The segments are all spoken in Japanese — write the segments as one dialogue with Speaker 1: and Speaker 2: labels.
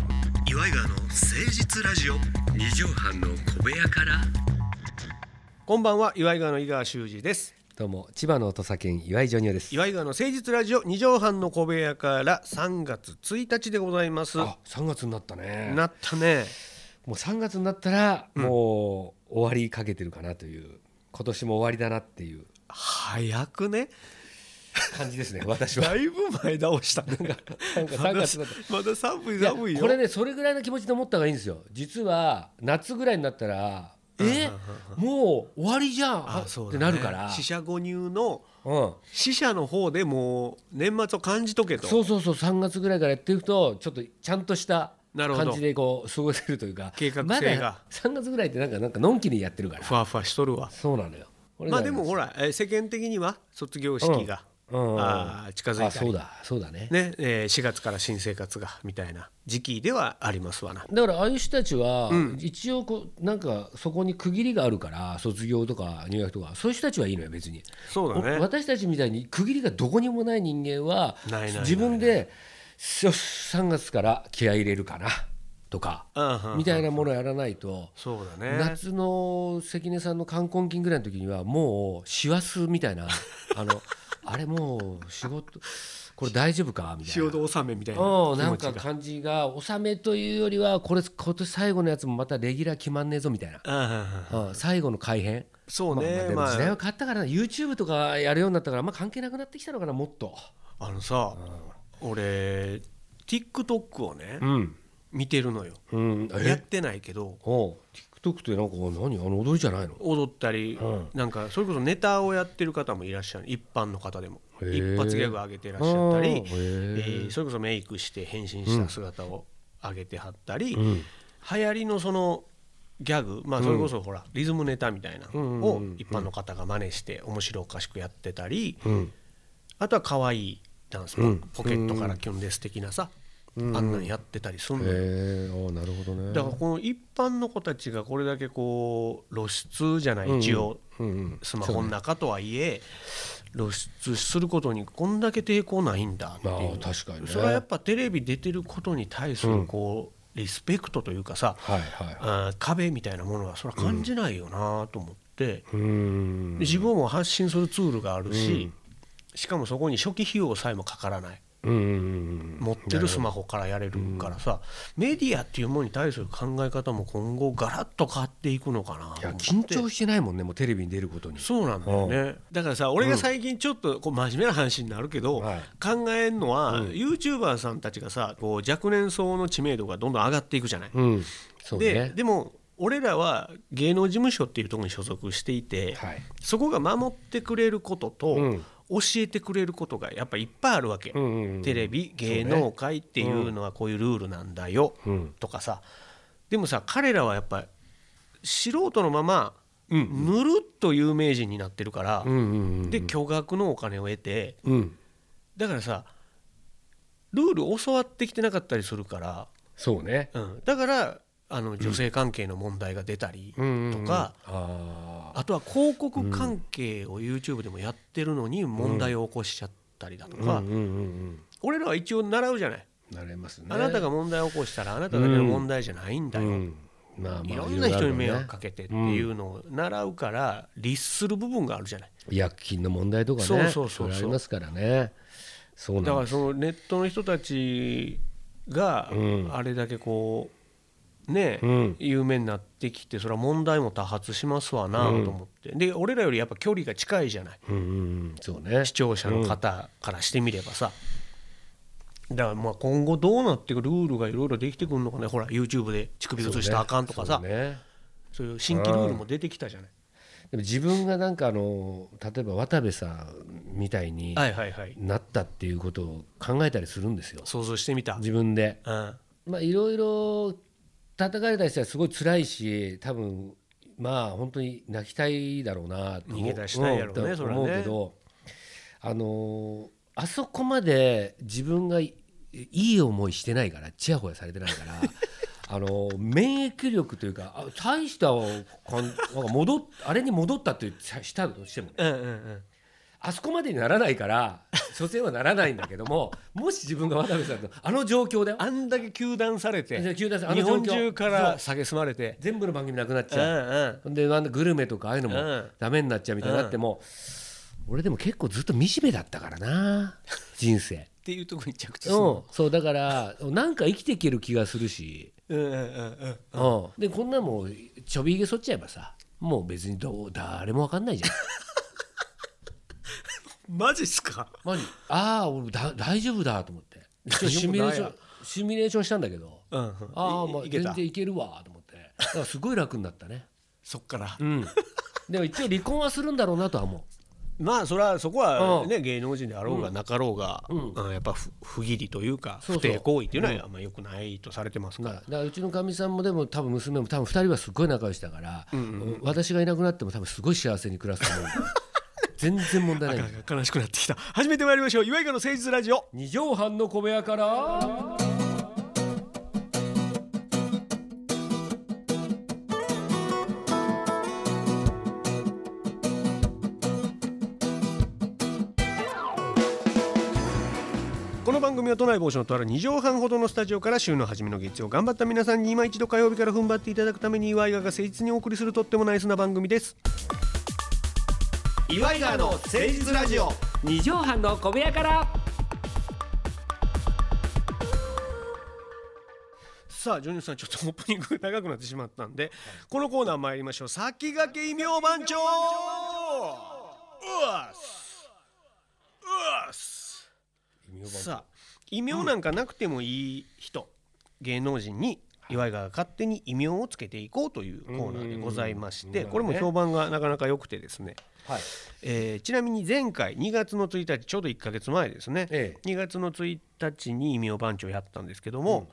Speaker 1: イガーの誠実ラジオ
Speaker 2: 二畳半の小部屋から
Speaker 1: こんばんは岩井川の井川修司です
Speaker 2: どうも千葉の土佐県岩井ジョニオです
Speaker 1: 岩井川の誠実ラジオ二畳半の小部屋から3月1日でございます
Speaker 2: あ3月になったね
Speaker 1: なったね
Speaker 2: もう3月になったらもう終わりかけてるかなという、今年も終わりだなっていう
Speaker 1: 早くね
Speaker 2: 感じですね私は
Speaker 1: だいぶ前倒した ね
Speaker 2: なんか3月になった
Speaker 1: まだ寒い
Speaker 2: いや
Speaker 1: 寒いよ
Speaker 2: これねそれぐらいの気持ちで思った方がいいんですよ実は夏ぐらいになったらえもう終わりじゃん
Speaker 1: あそうだ
Speaker 2: って
Speaker 1: ね
Speaker 2: なるから、
Speaker 1: 死者誤入の
Speaker 2: うん、
Speaker 1: 死者の方でもう年末を感じとけと
Speaker 2: そうそうそう3月ぐらいからやっていくとちょっとちゃんとした
Speaker 1: なるほど
Speaker 2: 感じでこう過ごせるというか
Speaker 1: 計画性が
Speaker 2: まだ3月ぐらいってなんかなんかのんきにやってるから
Speaker 1: ふわふわしとるわ
Speaker 2: そうなのよ俺
Speaker 1: まあ
Speaker 2: な
Speaker 1: で
Speaker 2: んか
Speaker 1: もほらえー世間的には卒業式が、
Speaker 2: うんうん
Speaker 1: あー近づ
Speaker 2: あ
Speaker 1: いたり
Speaker 2: そうだそうだね
Speaker 1: ねえー4月から新生活がみたいな時期ではありますわな。
Speaker 2: だからああいう人たちは一応こうなんかそこに区切りがあるから卒業とか入学とかそういう人たちはいいのよ別に
Speaker 1: そうだね
Speaker 2: お私たちみたいに区切りがどこにもない人間は
Speaker 1: ないないない
Speaker 2: 自分でよし3月から気合い入れるかなとか
Speaker 1: うんうん
Speaker 2: みたいなものをやらないと
Speaker 1: そうだね
Speaker 2: 夏の関根さんの冠婚金ぐらいの時にはもう師走みたい なあのあれもう仕事これ大丈夫かみたい
Speaker 1: 潮
Speaker 2: な。
Speaker 1: 戸納めみたいな
Speaker 2: うん、
Speaker 1: 気
Speaker 2: なん
Speaker 1: 持ち
Speaker 2: か
Speaker 1: が
Speaker 2: 感じが納めというよりはこれ今年最後のやつもまたレギュラー決まんねえぞみたいな、
Speaker 1: うんうんうん
Speaker 2: うん、最後の改編
Speaker 1: そう
Speaker 2: まあまあ
Speaker 1: ね
Speaker 2: でも
Speaker 1: ま
Speaker 2: 時代
Speaker 1: あ
Speaker 2: は変わったからな YouTube とかやるようになったから、まあ、関係なくなってきたのかなもっと、
Speaker 1: あのさ俺 TikTok をね
Speaker 2: うん
Speaker 1: 見てるのよ
Speaker 2: うん、
Speaker 1: やっ
Speaker 2: え
Speaker 1: てないけど
Speaker 2: おう TikTok ってなんか何あの踊りじゃないの
Speaker 1: 踊ったり
Speaker 2: うん
Speaker 1: なんかそれこそネタをやってる方もいらっしゃる一般の方でも
Speaker 2: へ
Speaker 1: 一
Speaker 2: ー
Speaker 1: 発ギャグ上げてらっしゃった
Speaker 2: あー
Speaker 1: り
Speaker 2: へー
Speaker 1: えーそれこそメイクして変身した姿を上げてはったり、
Speaker 2: ん
Speaker 1: 流行りのそのギャグまあそれこそほらリズムネタみたいな
Speaker 2: うんうん
Speaker 1: のを
Speaker 2: うん
Speaker 1: 一般の方が真似して面白おかしくやってたり
Speaker 2: うん
Speaker 1: あとは可愛いダンス
Speaker 2: う
Speaker 1: も
Speaker 2: ん
Speaker 1: ポケットからキュンです的なさあんなんやってたりする
Speaker 2: へ
Speaker 1: のよ
Speaker 2: えああなるほどね
Speaker 1: だからこの一般の子たちがこれだけこう露出じゃない一応
Speaker 2: うんうん
Speaker 1: スマホの中とはいえ露出することにこんだけ抵抗ないんだってい
Speaker 2: まあ
Speaker 1: う
Speaker 2: 確かにね
Speaker 1: それはやっぱテレビ出てることに対するこうリスペクトというかさ
Speaker 2: はいはい
Speaker 1: あー壁みたいなものはそれは感じないよなと思って
Speaker 2: うーん
Speaker 1: で自分も発信するツールがある
Speaker 2: う
Speaker 1: し
Speaker 2: ん
Speaker 1: しかもそこに初期費用さえもかからない
Speaker 2: うんうんうん
Speaker 1: 持ってるスマホからやれるからさメディアっていうものに対する考え方も今後ガラッと変わっていくのかなと
Speaker 2: いや
Speaker 1: 思って
Speaker 2: 緊張してないもんねもうテレビに出ることに
Speaker 1: そうなんだよねだからさ俺が最近ちょっとこう真面目な話になるけど、
Speaker 2: はい
Speaker 1: 考えるのは、YouTuber さんたちがさこう若年層の知名度がどんどん上がっていくじゃない。
Speaker 2: うんそう
Speaker 1: で
Speaker 2: ね
Speaker 1: でも俺らは芸能事務所っていうところに所属していて、
Speaker 2: はい
Speaker 1: そこが守ってくれることと、
Speaker 2: うん
Speaker 1: 教えてくれることがやっぱいっぱいあるわけ、
Speaker 2: うんうんうん
Speaker 1: テレビ芸能界っていうのはこういうルールなんだよ、
Speaker 2: うん
Speaker 1: とかさでもさ彼らはやっぱ素人のままぬるっと有名人になってるから、
Speaker 2: うんうんうん
Speaker 1: で巨額のお金を得て
Speaker 2: うん
Speaker 1: だからさルール教わってきてなかったりするから、
Speaker 2: そうね
Speaker 1: うん、だからあの女性関係の問題が出たりとか、
Speaker 2: うんうんうんあ
Speaker 1: あとは広告関係を YouTube でもやってるのに問題を起こしちゃったりだと
Speaker 2: あ
Speaker 1: か、
Speaker 2: うんうんうん
Speaker 1: 俺らは一応習うじゃない、
Speaker 2: うんなれますね
Speaker 1: あなたが問題を起こしたらあなただけの問題じゃないんだ
Speaker 2: う
Speaker 1: よ、
Speaker 2: んまあまあ
Speaker 1: いろんな人に迷
Speaker 2: いろいろある
Speaker 1: 惑
Speaker 2: ね
Speaker 1: かけてっていうのを習うから律する部分があるじゃない
Speaker 2: 医薬品の問題とかね
Speaker 1: そうそうそうそう
Speaker 2: れありますからねそうなん
Speaker 1: だ
Speaker 2: だ
Speaker 1: からそのネットの人たちが
Speaker 2: うん
Speaker 1: あれだけこうね
Speaker 2: うん
Speaker 1: 有名になってきてそれは問題も多発しますわなと思ってで俺らよりやっぱ距離が近いじゃない
Speaker 2: うんうんうんそうね
Speaker 1: 視聴者の方からしてみればさだからまあ今後どうなっていくルールがいろいろできてくるのかねほら YouTube で乳首映したらあかんとかさ
Speaker 2: そうね
Speaker 1: そういう新規ルールも出てきたじゃない
Speaker 2: でも自分がなんかあの例えば渡部さんみたいに
Speaker 1: はいはいはい
Speaker 2: なったっていうことを考えたりするんですよ
Speaker 1: 想像してみた
Speaker 2: 自分で。
Speaker 1: うん
Speaker 2: まあいろいろ叩かれたりしたらすごい辛いし多分まあ本当に泣きたいだろうなと思う
Speaker 1: 逃げ出したいやろうね
Speaker 2: ん
Speaker 1: それはね
Speaker 2: 思うけどあのーあそこまで自分がいいい思いしてないからちやほやされてないから あのー免疫力というかあ大したかんなんか戻っあれに戻ったというしたとしても
Speaker 1: うんうんうん
Speaker 2: あそこまでにならないから所詮はならないんだけどももし自分が渡辺さんとあの状況だよ
Speaker 1: あんだけ糾弾されて
Speaker 2: 急にあの
Speaker 1: 日
Speaker 2: 状況
Speaker 1: 本中か
Speaker 2: そう
Speaker 1: ら蔑まれて
Speaker 2: 全部の番組なくなっち
Speaker 1: うん
Speaker 2: ゃう、
Speaker 1: うん
Speaker 2: ほんでなんだグルメとかああいうの
Speaker 1: う
Speaker 2: も
Speaker 1: ん
Speaker 2: ダメになっちゃうみたいになっても、俺でも結構ずっと惨めだったからな人生
Speaker 1: っていうところに着地す
Speaker 2: う
Speaker 1: る
Speaker 2: ん
Speaker 1: の
Speaker 2: そうだからなんか生きていける気がするし、
Speaker 1: うんうんうんうん
Speaker 2: うん、でこんなもうちょびひげ剃っちゃえばさもう別にどう誰もわかんないじゃん
Speaker 1: マジっすか
Speaker 2: マジああ俺だ大丈夫だと思って
Speaker 1: 大丈夫だよ
Speaker 2: シミュレーションシミュレーションしたんだけど
Speaker 1: うんうん
Speaker 2: ああ
Speaker 1: い
Speaker 2: まあ
Speaker 1: いけ
Speaker 2: 全
Speaker 1: た
Speaker 2: 然いけるわと思ってだからすごい楽になったね
Speaker 1: そっから
Speaker 2: うんでも一応離婚はするんだろうなとは思う
Speaker 1: まあそれはそこはね芸能人であろうがなかろうが
Speaker 2: うん
Speaker 1: うんやっぱ不不義理というか
Speaker 2: そう
Speaker 1: 不
Speaker 2: そう
Speaker 1: 貞行為っていうのはあんま良くないとされてますか
Speaker 2: だかららだからうちのかみさんもでも多分娘も多分2人はすっごい仲良しだから、私がいなくなっても多分すごい幸せに暮らすと 思うんだよ全然問題ない
Speaker 1: なんか悲しくなってきた始めてまいりましょう岩井川の誠実ラジオ
Speaker 2: 二畳半の小部屋から
Speaker 1: この番組は都内某所のとある2畳半ほどのスタジオから週の初めの月曜頑張った皆さんに今一度火曜日から踏ん張っていただくために岩井川が誠実にお送りするとってもナイスな番組です岩井川の誠実ラジオ
Speaker 2: 二畳半の小部屋から
Speaker 1: さあジョニオさんちょっとオープニングが長くなってしまったんでこのコーナー参りましょう先駆け異名番長うわっすうわっすさあ異名なんかなくてもいい人、芸能人に岩井が勝手に異名をつけていこうというコーナーでございまして、
Speaker 2: うん
Speaker 1: これも評判がなかなか良くてですね、
Speaker 2: はい
Speaker 1: えーちなみに前回2月の1日ちょうど1か月前ですね、
Speaker 2: え
Speaker 1: 2月の1日に異名番長やったんですけども、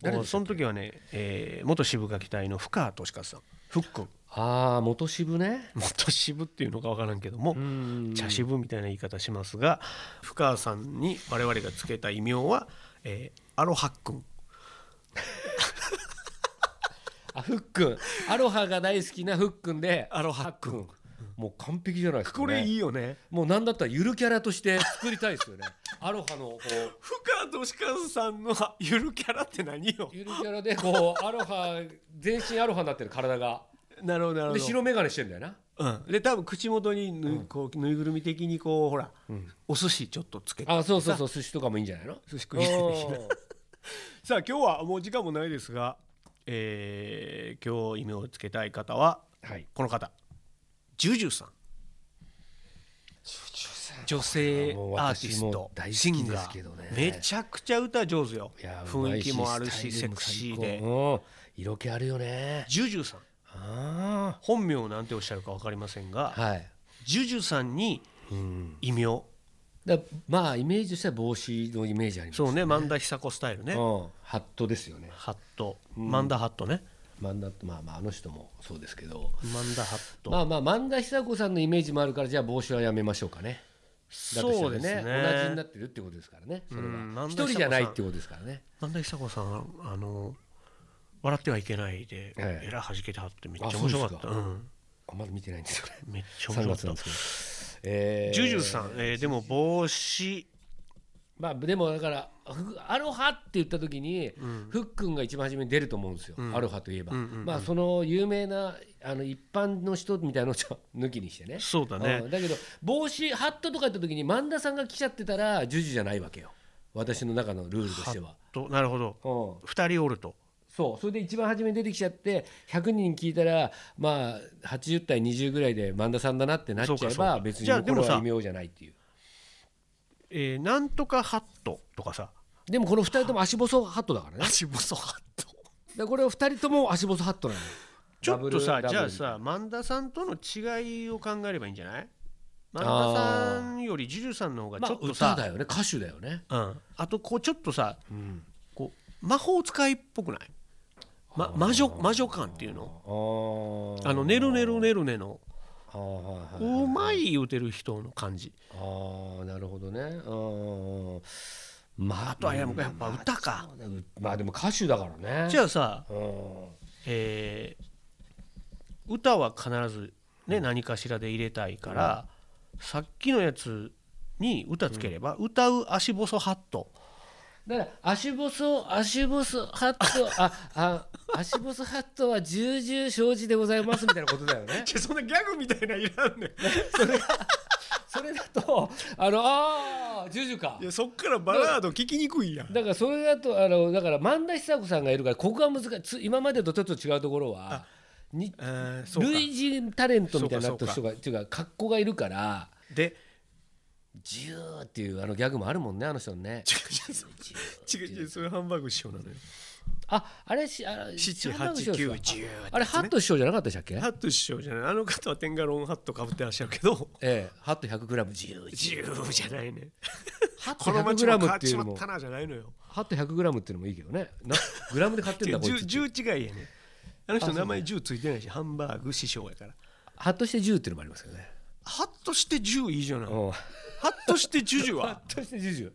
Speaker 2: 誰でしたっけ
Speaker 1: その時はね、えー元渋垣隊の深川俊和さんふっくん
Speaker 2: ああ元渋ね
Speaker 1: 元渋っていうのか分からんけども、
Speaker 2: ん
Speaker 1: 茶渋みたいな言い方しますが深川さんに我々がつけた異名は、えーアロハックン
Speaker 2: あふっくんアロハが大好きなふっくんで
Speaker 1: アロハックン
Speaker 2: はっもう完璧じゃないですか、ね、
Speaker 1: これいいよね
Speaker 2: もうなんだったらゆるキャラとして作りたいですよね アロハのこう
Speaker 1: 深川俊和さんのゆるキャラって何よ
Speaker 2: ゆるキャラでこうアロハ全身アロハになってる体が
Speaker 1: なるほどなるほ
Speaker 2: で
Speaker 1: ど
Speaker 2: 白眼鏡してんだよな
Speaker 1: うん、で多分口元にぬ,、こうぬいぐるみ的にこうほら、お寿司ちょっとつけて
Speaker 2: あそうそうそう寿司とかもいいんじゃないの
Speaker 1: 寿司食い さあ今日はもう時間もないですが、えー今日異名をつけたい方は
Speaker 2: はい
Speaker 1: この方ジュジュさん女性アーティス
Speaker 2: もう私も
Speaker 1: ト
Speaker 2: 大好
Speaker 1: シ
Speaker 2: き
Speaker 1: ン
Speaker 2: で
Speaker 1: ガ
Speaker 2: すけどね
Speaker 1: ーめちゃくちゃ歌上手よ
Speaker 2: いやうま
Speaker 1: 雰
Speaker 2: い
Speaker 1: 囲
Speaker 2: し
Speaker 1: 気もあるし
Speaker 2: スタイ
Speaker 1: セ
Speaker 2: ルも
Speaker 1: クシ
Speaker 2: 最
Speaker 1: ー
Speaker 2: 高
Speaker 1: で
Speaker 2: うん色気あるよね
Speaker 1: ジュジュさん
Speaker 2: あ
Speaker 1: 本名なんておっしゃるか分かりませんが
Speaker 2: あはい
Speaker 1: ジュジュさんに異名
Speaker 2: だまあイメージとしては帽子のイメージあります
Speaker 1: そうね萬田久子スタイルね
Speaker 2: うんハットですよね
Speaker 1: ハット萬田ハットね
Speaker 2: マンダまあまああの人もそうですけど
Speaker 1: 萬田ハット
Speaker 2: まあまあ萬田久子さんのイメージもあるからじゃあ帽子はやめましょうかねだとした
Speaker 1: そう
Speaker 2: ら
Speaker 1: ですね
Speaker 2: 同じになってるってことですからねそれ
Speaker 1: うん
Speaker 2: は
Speaker 1: 萬
Speaker 2: 一
Speaker 1: 田
Speaker 2: 人じゃない
Speaker 1: 久子さん
Speaker 2: ってことですからね
Speaker 1: 萬田久子さんあの笑ってはいけないで
Speaker 2: ええ
Speaker 1: えらいはじけてはってめっち
Speaker 2: あ
Speaker 1: ゃ
Speaker 2: そう
Speaker 1: 面
Speaker 2: ですか
Speaker 1: 白かったうん
Speaker 2: あまだ見てないんですよね
Speaker 1: めっちゃ
Speaker 2: 3
Speaker 1: 面白
Speaker 2: 月
Speaker 1: か
Speaker 2: な
Speaker 1: っ
Speaker 2: ん
Speaker 1: た
Speaker 2: ですけど、えー
Speaker 1: ジュジュさん、えーでも帽子
Speaker 2: まあでもだからふアロハって言った時に、ふっくんが一番初めに出ると思うんですよ、アロハといえば、まあその有名なあの一般の人みたいなのをちょっと抜きにしてね
Speaker 1: そうだね
Speaker 2: んだけど帽子ハットとか言った時に萬田さんが来ちゃってたらジュジュじゃないわけよ私の中のルールとしては。
Speaker 1: となるほど
Speaker 2: うん、
Speaker 1: 2人おると
Speaker 2: そうそれで一番初めに出てきちゃって100人聞いたらまあ80対20ぐらいで萬田さんだなってなっち
Speaker 1: そ
Speaker 2: ゃ
Speaker 1: う
Speaker 2: え
Speaker 1: かそう
Speaker 2: ば
Speaker 1: か
Speaker 2: 別に
Speaker 1: じゃあ
Speaker 2: これ
Speaker 1: でも
Speaker 2: は
Speaker 1: さ
Speaker 2: 異名じゃないっていう
Speaker 1: えーなんとかハットとかさ
Speaker 2: でもこの2人とも足細ハットだからね
Speaker 1: 足細ハット
Speaker 2: でこれを2人とも足細ハットなの
Speaker 1: ちょっとさ
Speaker 2: ダブル
Speaker 1: じゃあ
Speaker 2: ダ
Speaker 1: さ萬田さんとの違いを考えればいいんじゃない萬田さんよりジュジュさんの方
Speaker 2: ブル
Speaker 1: がち
Speaker 2: まあ
Speaker 1: ょっと
Speaker 2: 歌
Speaker 1: さ、
Speaker 2: だよね歌手だよね
Speaker 1: うん、あとこうちょっとさ、こう魔法使いっぽくない、ま、魔女魔女感っていうの
Speaker 2: あー
Speaker 1: あの「ねるねるねるね」の
Speaker 2: あーはいはいう
Speaker 1: まい言うてる人の感じ
Speaker 2: あーなるほどねうんまああ
Speaker 1: とはやっぱやっぱ歌か
Speaker 2: まあでも歌手だからね
Speaker 1: じゃあさ
Speaker 2: うん
Speaker 1: えー歌は必ず、ね、何かしらで入れたいから、さっきのやつに歌つければ、歌う足細ハット
Speaker 2: だから足細足細ハットああ足細ハットは重々承知でございますみたいなことだよね
Speaker 1: そんなギャグみたいないら んねん
Speaker 2: それだとあのあー重々か
Speaker 1: いやそっからバラード聞きにくいやん
Speaker 2: だからそれだとあのだから萬田久子さんがいるからここは難しいつ今までとちょっと違うところはに
Speaker 1: えーそうか
Speaker 2: 類似タレントみたいになった人がっていうか格好がいるから
Speaker 1: で
Speaker 2: 「ジュー」っていうあのギャグもあるもんねあの人のね。
Speaker 1: 違う違うそれハンバーグ師匠なのよ
Speaker 2: ああれしあれ
Speaker 1: 78910
Speaker 2: ハンバーグ師匠ですか
Speaker 1: ってやつね
Speaker 2: あれハット師匠じゃなかったでしたっけ
Speaker 1: ハット師匠じゃないあの方はテンガロンハットかぶってらっしゃるけ ど
Speaker 2: ええ、ハット 100g 自由
Speaker 1: 10じゃない ね
Speaker 2: ハット
Speaker 1: この街も変
Speaker 2: 100g
Speaker 1: わ
Speaker 2: っ
Speaker 1: ってて
Speaker 2: い
Speaker 1: し
Speaker 2: う
Speaker 1: ま
Speaker 2: の
Speaker 1: っ
Speaker 2: も
Speaker 1: たなじゃないのよ
Speaker 2: ハット 100g っていうのもいいけどね なグラムで買ってんだこいつって
Speaker 1: 10違いやねあの人名前10ついてないしハンバーグ師匠やから
Speaker 2: ハッとして10っていうのもありますよね
Speaker 1: ハッとして10いいじゃないハ
Speaker 2: うん
Speaker 1: ッとして10は
Speaker 2: ハッとして10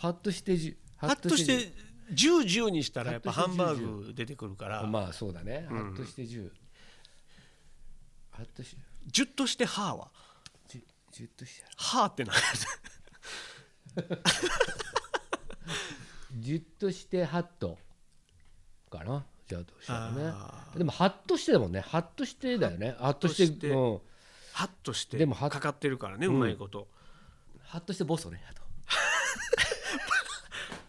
Speaker 2: ハッとして10ハ
Speaker 1: ハッとして1010にしたらやっぱ
Speaker 2: ハ
Speaker 1: ハ
Speaker 2: ッとし
Speaker 1: ン
Speaker 2: て10
Speaker 1: バーグ出てくるから
Speaker 2: まあそうだねハッとして10ハッとし
Speaker 1: 10としてハーは
Speaker 2: 10 10として
Speaker 1: ハーってな る
Speaker 2: 10としてハットかなじゃあどうしようね
Speaker 1: あ
Speaker 2: でもハッとしてだもんねハッとしてだよねハッとして
Speaker 1: ハッとして
Speaker 2: うん
Speaker 1: ハッとして
Speaker 2: でもハッ
Speaker 1: かかってるからねうまいこと
Speaker 2: ハッとしてボソねあと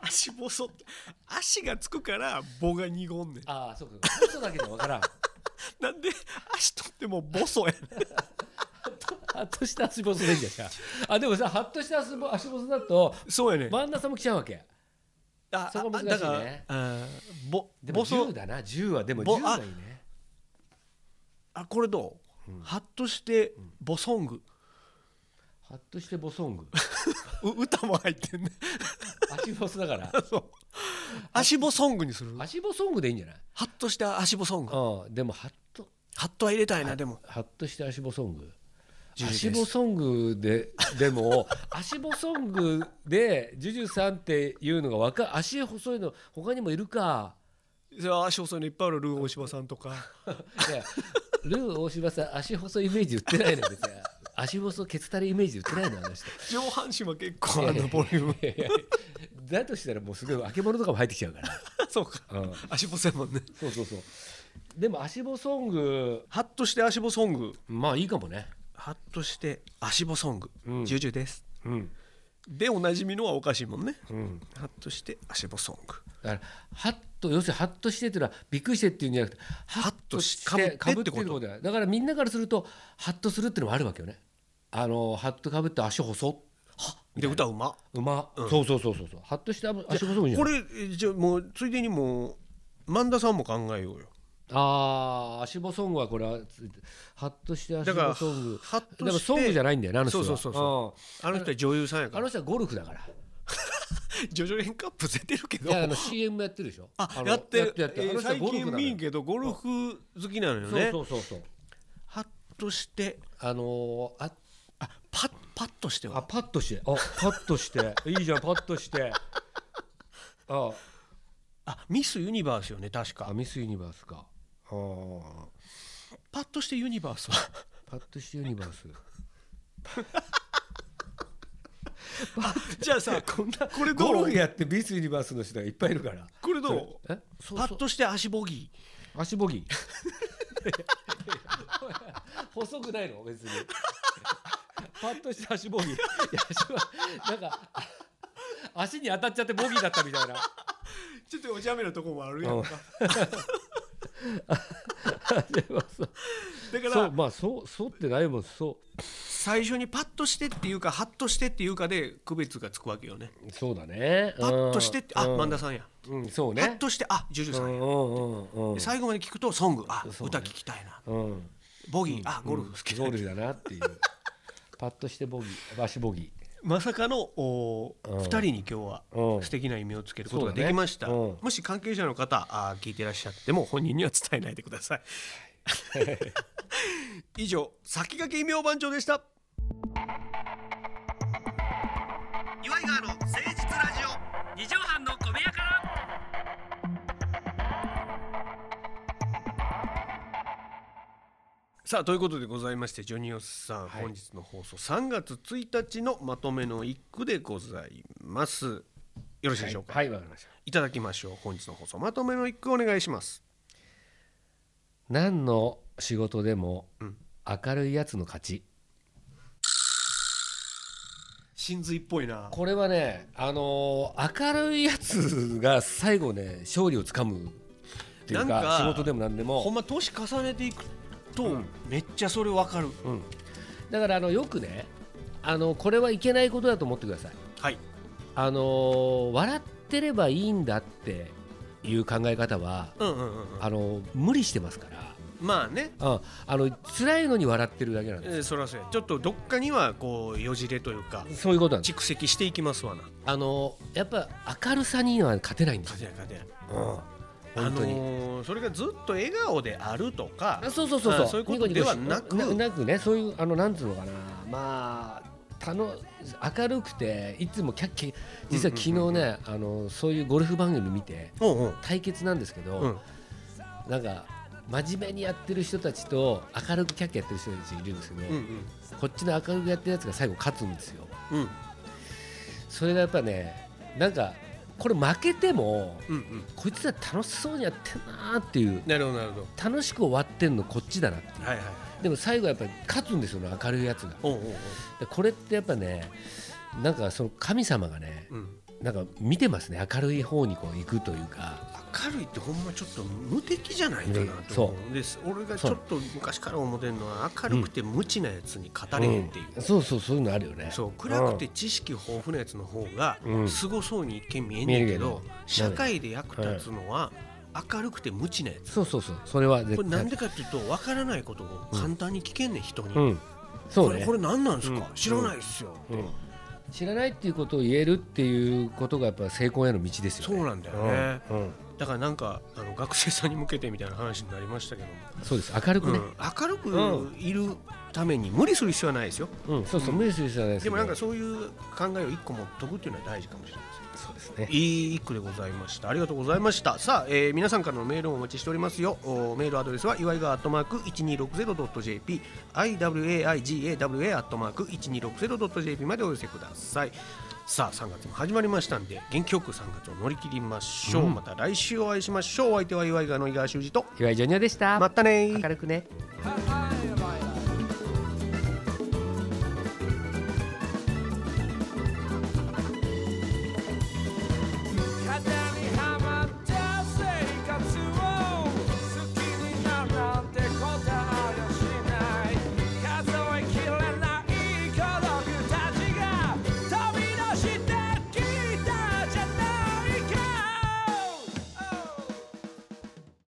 Speaker 1: 足細って足がつくから棒が濁んねん
Speaker 2: ああそうかボソだけでわ からん
Speaker 1: なんで足取っても細やねん
Speaker 2: ハッとした足ボスでいいんじゃないあでもさハッとした足ボ足ボスだと
Speaker 1: そうやねん
Speaker 2: 万田さんも来ちゃうわけ
Speaker 1: あ
Speaker 2: そこ難しい
Speaker 1: あ
Speaker 2: ね
Speaker 1: だからあーぼ
Speaker 2: でも
Speaker 1: ぼそ
Speaker 2: 10だな10はでも
Speaker 1: ぼ
Speaker 2: 10がいいね
Speaker 1: あこれどう、ハッとしてボソング
Speaker 2: ハッとしてボソング
Speaker 1: う 歌も入ってんね
Speaker 2: 足ボスだ から
Speaker 1: そう足ボソングにする
Speaker 2: 足ボソングでいいんじゃない
Speaker 1: ハッとして足ボソング
Speaker 2: うんでもハッと
Speaker 1: ハッとは入れたいなでも
Speaker 2: ハッとして足ボソング
Speaker 1: ジュジュです
Speaker 2: 足ボソング ででも足ボソングでジュジュさんっていうのがわか足細いの他にもいるか
Speaker 1: それは足細いのいっぱいあるルー大柴さんとか
Speaker 2: いやルー大柴さん足細いイメージ売ってないの別に足細ケツタレイメージ売ってないのあの 人
Speaker 1: 上半身は結構あのボリューム
Speaker 2: いやいやだとしたらもうすごい化け物とかも入ってきちゃうから、
Speaker 1: そうか
Speaker 2: うん、
Speaker 1: 足細いもんね
Speaker 2: そうそうそうでも足ボソング
Speaker 1: ハッとして足ボソング
Speaker 2: まあいいかもね
Speaker 1: ハッとして足ボソング、
Speaker 2: うん
Speaker 1: ジュジュです
Speaker 2: うん、
Speaker 1: でおなじみのはおかしいもんね
Speaker 2: うん、
Speaker 1: ハッとして足ボソング
Speaker 2: だからハッと要するにハッとしてっていうのはびっくりしてっていうんじゃなくてハッとして
Speaker 1: ハ
Speaker 2: か
Speaker 1: ッとしてて
Speaker 2: ぶっっ
Speaker 1: か
Speaker 2: て
Speaker 1: ぶって
Speaker 2: こ
Speaker 1: こと
Speaker 2: だよだからみんなからするとハッとするっていうのもあるわけよねあのハッとかぶって足細っ
Speaker 1: で歌うま
Speaker 2: うま、そうそうそうそうそうハッとして足細いんじゃ
Speaker 1: こ
Speaker 2: ない
Speaker 1: れえじゃあもうついでにもう萬田さんも考えようよ
Speaker 2: ああ足細ソングはこれはつハッとして足
Speaker 1: だから
Speaker 2: 細ソング
Speaker 1: ハッとして
Speaker 2: だからソングじゃないんだよなあの人は
Speaker 1: そうそうそう
Speaker 2: うん
Speaker 1: あの人は女優さんや
Speaker 2: あ
Speaker 1: から
Speaker 2: の人はゴルフだから。
Speaker 1: ジョジョレンカップ出てるけ
Speaker 2: い
Speaker 1: ど
Speaker 2: や、あの CM やってるでしょ。
Speaker 1: あ
Speaker 2: あの
Speaker 1: やってる
Speaker 2: やってる
Speaker 1: え
Speaker 2: や
Speaker 1: ー
Speaker 2: ってる。あの人は
Speaker 1: 最近
Speaker 2: ゴルフなの
Speaker 1: 見
Speaker 2: よ
Speaker 1: んけどゴルフ好きなのよ
Speaker 2: そう
Speaker 1: ね
Speaker 2: そうそうそう。
Speaker 1: ハッとして
Speaker 2: あのー、あ、
Speaker 1: あパッパッとして
Speaker 2: あ、
Speaker 1: は
Speaker 2: パッとして、あ、パッとして、 いいじゃん、パッとして。あ、
Speaker 1: あミスユニバースよね確
Speaker 2: あ、
Speaker 1: か
Speaker 2: ミスユニバースか。あー
Speaker 1: パッとしてユニバースは
Speaker 2: パッとしてユニバース。
Speaker 1: じゃあ さこんなこれど
Speaker 2: ゴルフ
Speaker 1: う
Speaker 2: やってミスユニバースの人がいっぱいいるから。
Speaker 1: これどう
Speaker 2: え、
Speaker 1: パッとして足ボギ
Speaker 2: 足 ボギー。細くないの別に。パッとして足ボギー。いや足はなんかあ足に当たっちゃってボギーだったみたいな。
Speaker 1: ーちょっとおちゃめなとこもあるや
Speaker 2: うんん
Speaker 1: か
Speaker 2: そう
Speaker 1: だか
Speaker 2: そう
Speaker 1: ら
Speaker 2: まあそうそうってないもんそ
Speaker 1: 最初にパッとしてっていうかハッとしてっていうかで区別がつくわけよね
Speaker 2: うそうだね。
Speaker 1: パッとしてってあ
Speaker 2: うん
Speaker 1: 萬田さんや
Speaker 2: うんそう
Speaker 1: パッ
Speaker 2: ね。
Speaker 1: としてあジュジュ
Speaker 2: う
Speaker 1: さん
Speaker 2: ん
Speaker 1: や
Speaker 2: うんうんうん。
Speaker 1: 最後まで聞くとソングあ
Speaker 2: そうね
Speaker 1: 歌聞きたいな
Speaker 2: うん
Speaker 1: ボギーあゴルフ好き
Speaker 2: ゴルフだなっていう。パッとしてボギー足ボギ
Speaker 1: まさかのお
Speaker 2: うん
Speaker 1: 2人に今日は
Speaker 2: うん
Speaker 1: 素敵な意味をつける
Speaker 2: そ
Speaker 1: こ
Speaker 2: う
Speaker 1: と
Speaker 2: だ
Speaker 1: が
Speaker 2: ね
Speaker 1: できました
Speaker 2: うん
Speaker 1: もし関係者の方あ聞いてらっしゃっても本人には伝えないでください 以上先駆け異名番長でした岩井川の誠実ラジオ
Speaker 2: ー。二畳半の小部屋から。
Speaker 1: ささあということでございましてジョニオスさん、
Speaker 2: はい
Speaker 1: 本日の放送3月1日のまとめの一句でございますよろしいでしょうか、
Speaker 2: はい、わかりました。
Speaker 1: いただきましょう本日の放送まとめの一句お願いします
Speaker 2: 何の仕事でも
Speaker 1: うん
Speaker 2: 明るいやつの勝ち。
Speaker 1: 真髄っぽいな
Speaker 2: これはね、あのー明るいやつが最後ね勝利をつかむっていう
Speaker 1: なん
Speaker 2: か
Speaker 1: か
Speaker 2: 仕事でも何で
Speaker 1: ほ
Speaker 2: も
Speaker 1: んま年重ねていくと、
Speaker 2: うん
Speaker 1: めっちゃそれわかる
Speaker 2: だからあのよくねあのこれはいけないことだと思ってください
Speaker 1: はい
Speaker 2: あのー笑ってればいいんだっていう考え方は
Speaker 1: うんうんうんうん
Speaker 2: あの無理してますから
Speaker 1: まあね、
Speaker 2: うん、あの辛いのに笑ってるだけなん
Speaker 1: え
Speaker 2: で
Speaker 1: ーそらそうやちょっとどっかにはこうよじれというか
Speaker 2: すそういうことなんです
Speaker 1: 蓄積していきますわな
Speaker 2: あのやっぱ明るさには勝てないんです
Speaker 1: 勝てない勝てない
Speaker 2: よ、うん、
Speaker 1: あ
Speaker 2: 本当に、
Speaker 1: のーそれがずっと笑顔であるとか
Speaker 2: あそうそうそうそう
Speaker 1: あそういうことではなく
Speaker 2: ニコニコしなくねそういうあのなんつうのかなまあたの明るくていつもキャッキャ実は昨日ね、
Speaker 1: うんうん
Speaker 2: あのそういうゴルフ番組見て
Speaker 1: おうおう
Speaker 2: 対決なんですけど、
Speaker 1: うん
Speaker 2: なんか真面目にやってる人たちと明るくキャッキャやってる人たちいるんですけど、
Speaker 1: うん
Speaker 2: こっちの明るくやってるやつが最後勝つんですよ
Speaker 1: うんうん
Speaker 2: それがやっぱねなんかこれ負けても
Speaker 1: うんうん
Speaker 2: こいつら楽しそうにやってんなーっていう
Speaker 1: なるほどなるほど
Speaker 2: 楽しく終わってんのこっちだなっていう
Speaker 1: はいはい
Speaker 2: でも最後やっぱり勝つんですよね明るいやつが
Speaker 1: おうおうおう
Speaker 2: でこれってやっぱねなんかその神様がね
Speaker 1: うん
Speaker 2: なんか見てますね明るい方にこう行くというか
Speaker 1: 明るいってほんまちょっと無敵じゃないかなと思うんです俺がちょっと昔から思ってるのは明るくて無知なやつに語れへんっていう、
Speaker 2: んそうそうそういうのあるよね
Speaker 1: そう暗くて知識豊富なやつの方が
Speaker 2: うん
Speaker 1: すごそうに一見見えんねんけ
Speaker 2: 見える
Speaker 1: ど
Speaker 2: けど
Speaker 1: 社会で役立つのは明るくて無知なやつ
Speaker 2: そうそうそうそれは絶対
Speaker 1: これなんでかっていうと分からないことを簡単に聞けんねん人に、
Speaker 2: うんそ
Speaker 1: こ
Speaker 2: う
Speaker 1: れ
Speaker 2: ね
Speaker 1: これ何なんですか、
Speaker 2: うん
Speaker 1: 知らないっすよ、
Speaker 2: うん知らないっていうことを言えるっていうことがやっぱ成功への道ですよ
Speaker 1: そ
Speaker 2: ね
Speaker 1: うなんだよね、
Speaker 2: うんうん
Speaker 1: だからなんかあの学生さんに向けてみたいな話になりましたけども、
Speaker 2: そうです明るくね
Speaker 1: うん明るくいるために無理する必要はないですよ、
Speaker 2: うんそうそう無理する必要はないです
Speaker 1: で
Speaker 2: けど
Speaker 1: もなんかそういう考えを一個持っとくっていうのは大事かもしれないですね
Speaker 2: そうですね
Speaker 1: いい一句でございましたありがとうございましたさあ、えー皆さんからのメールをお待ちしておりますよおメールアドレスは祝いがアットマーク 1260.jp iwaigawa アットマーク 1260.jp までお寄せくださいさあ3月も始まりましたんで元気よく3月を乗り切りましょう、また来週お会いしましょうお相手は祝いがの井川修司と
Speaker 2: 岩井ジョニオでした
Speaker 1: またねー
Speaker 2: 明るくね
Speaker 3: 「明る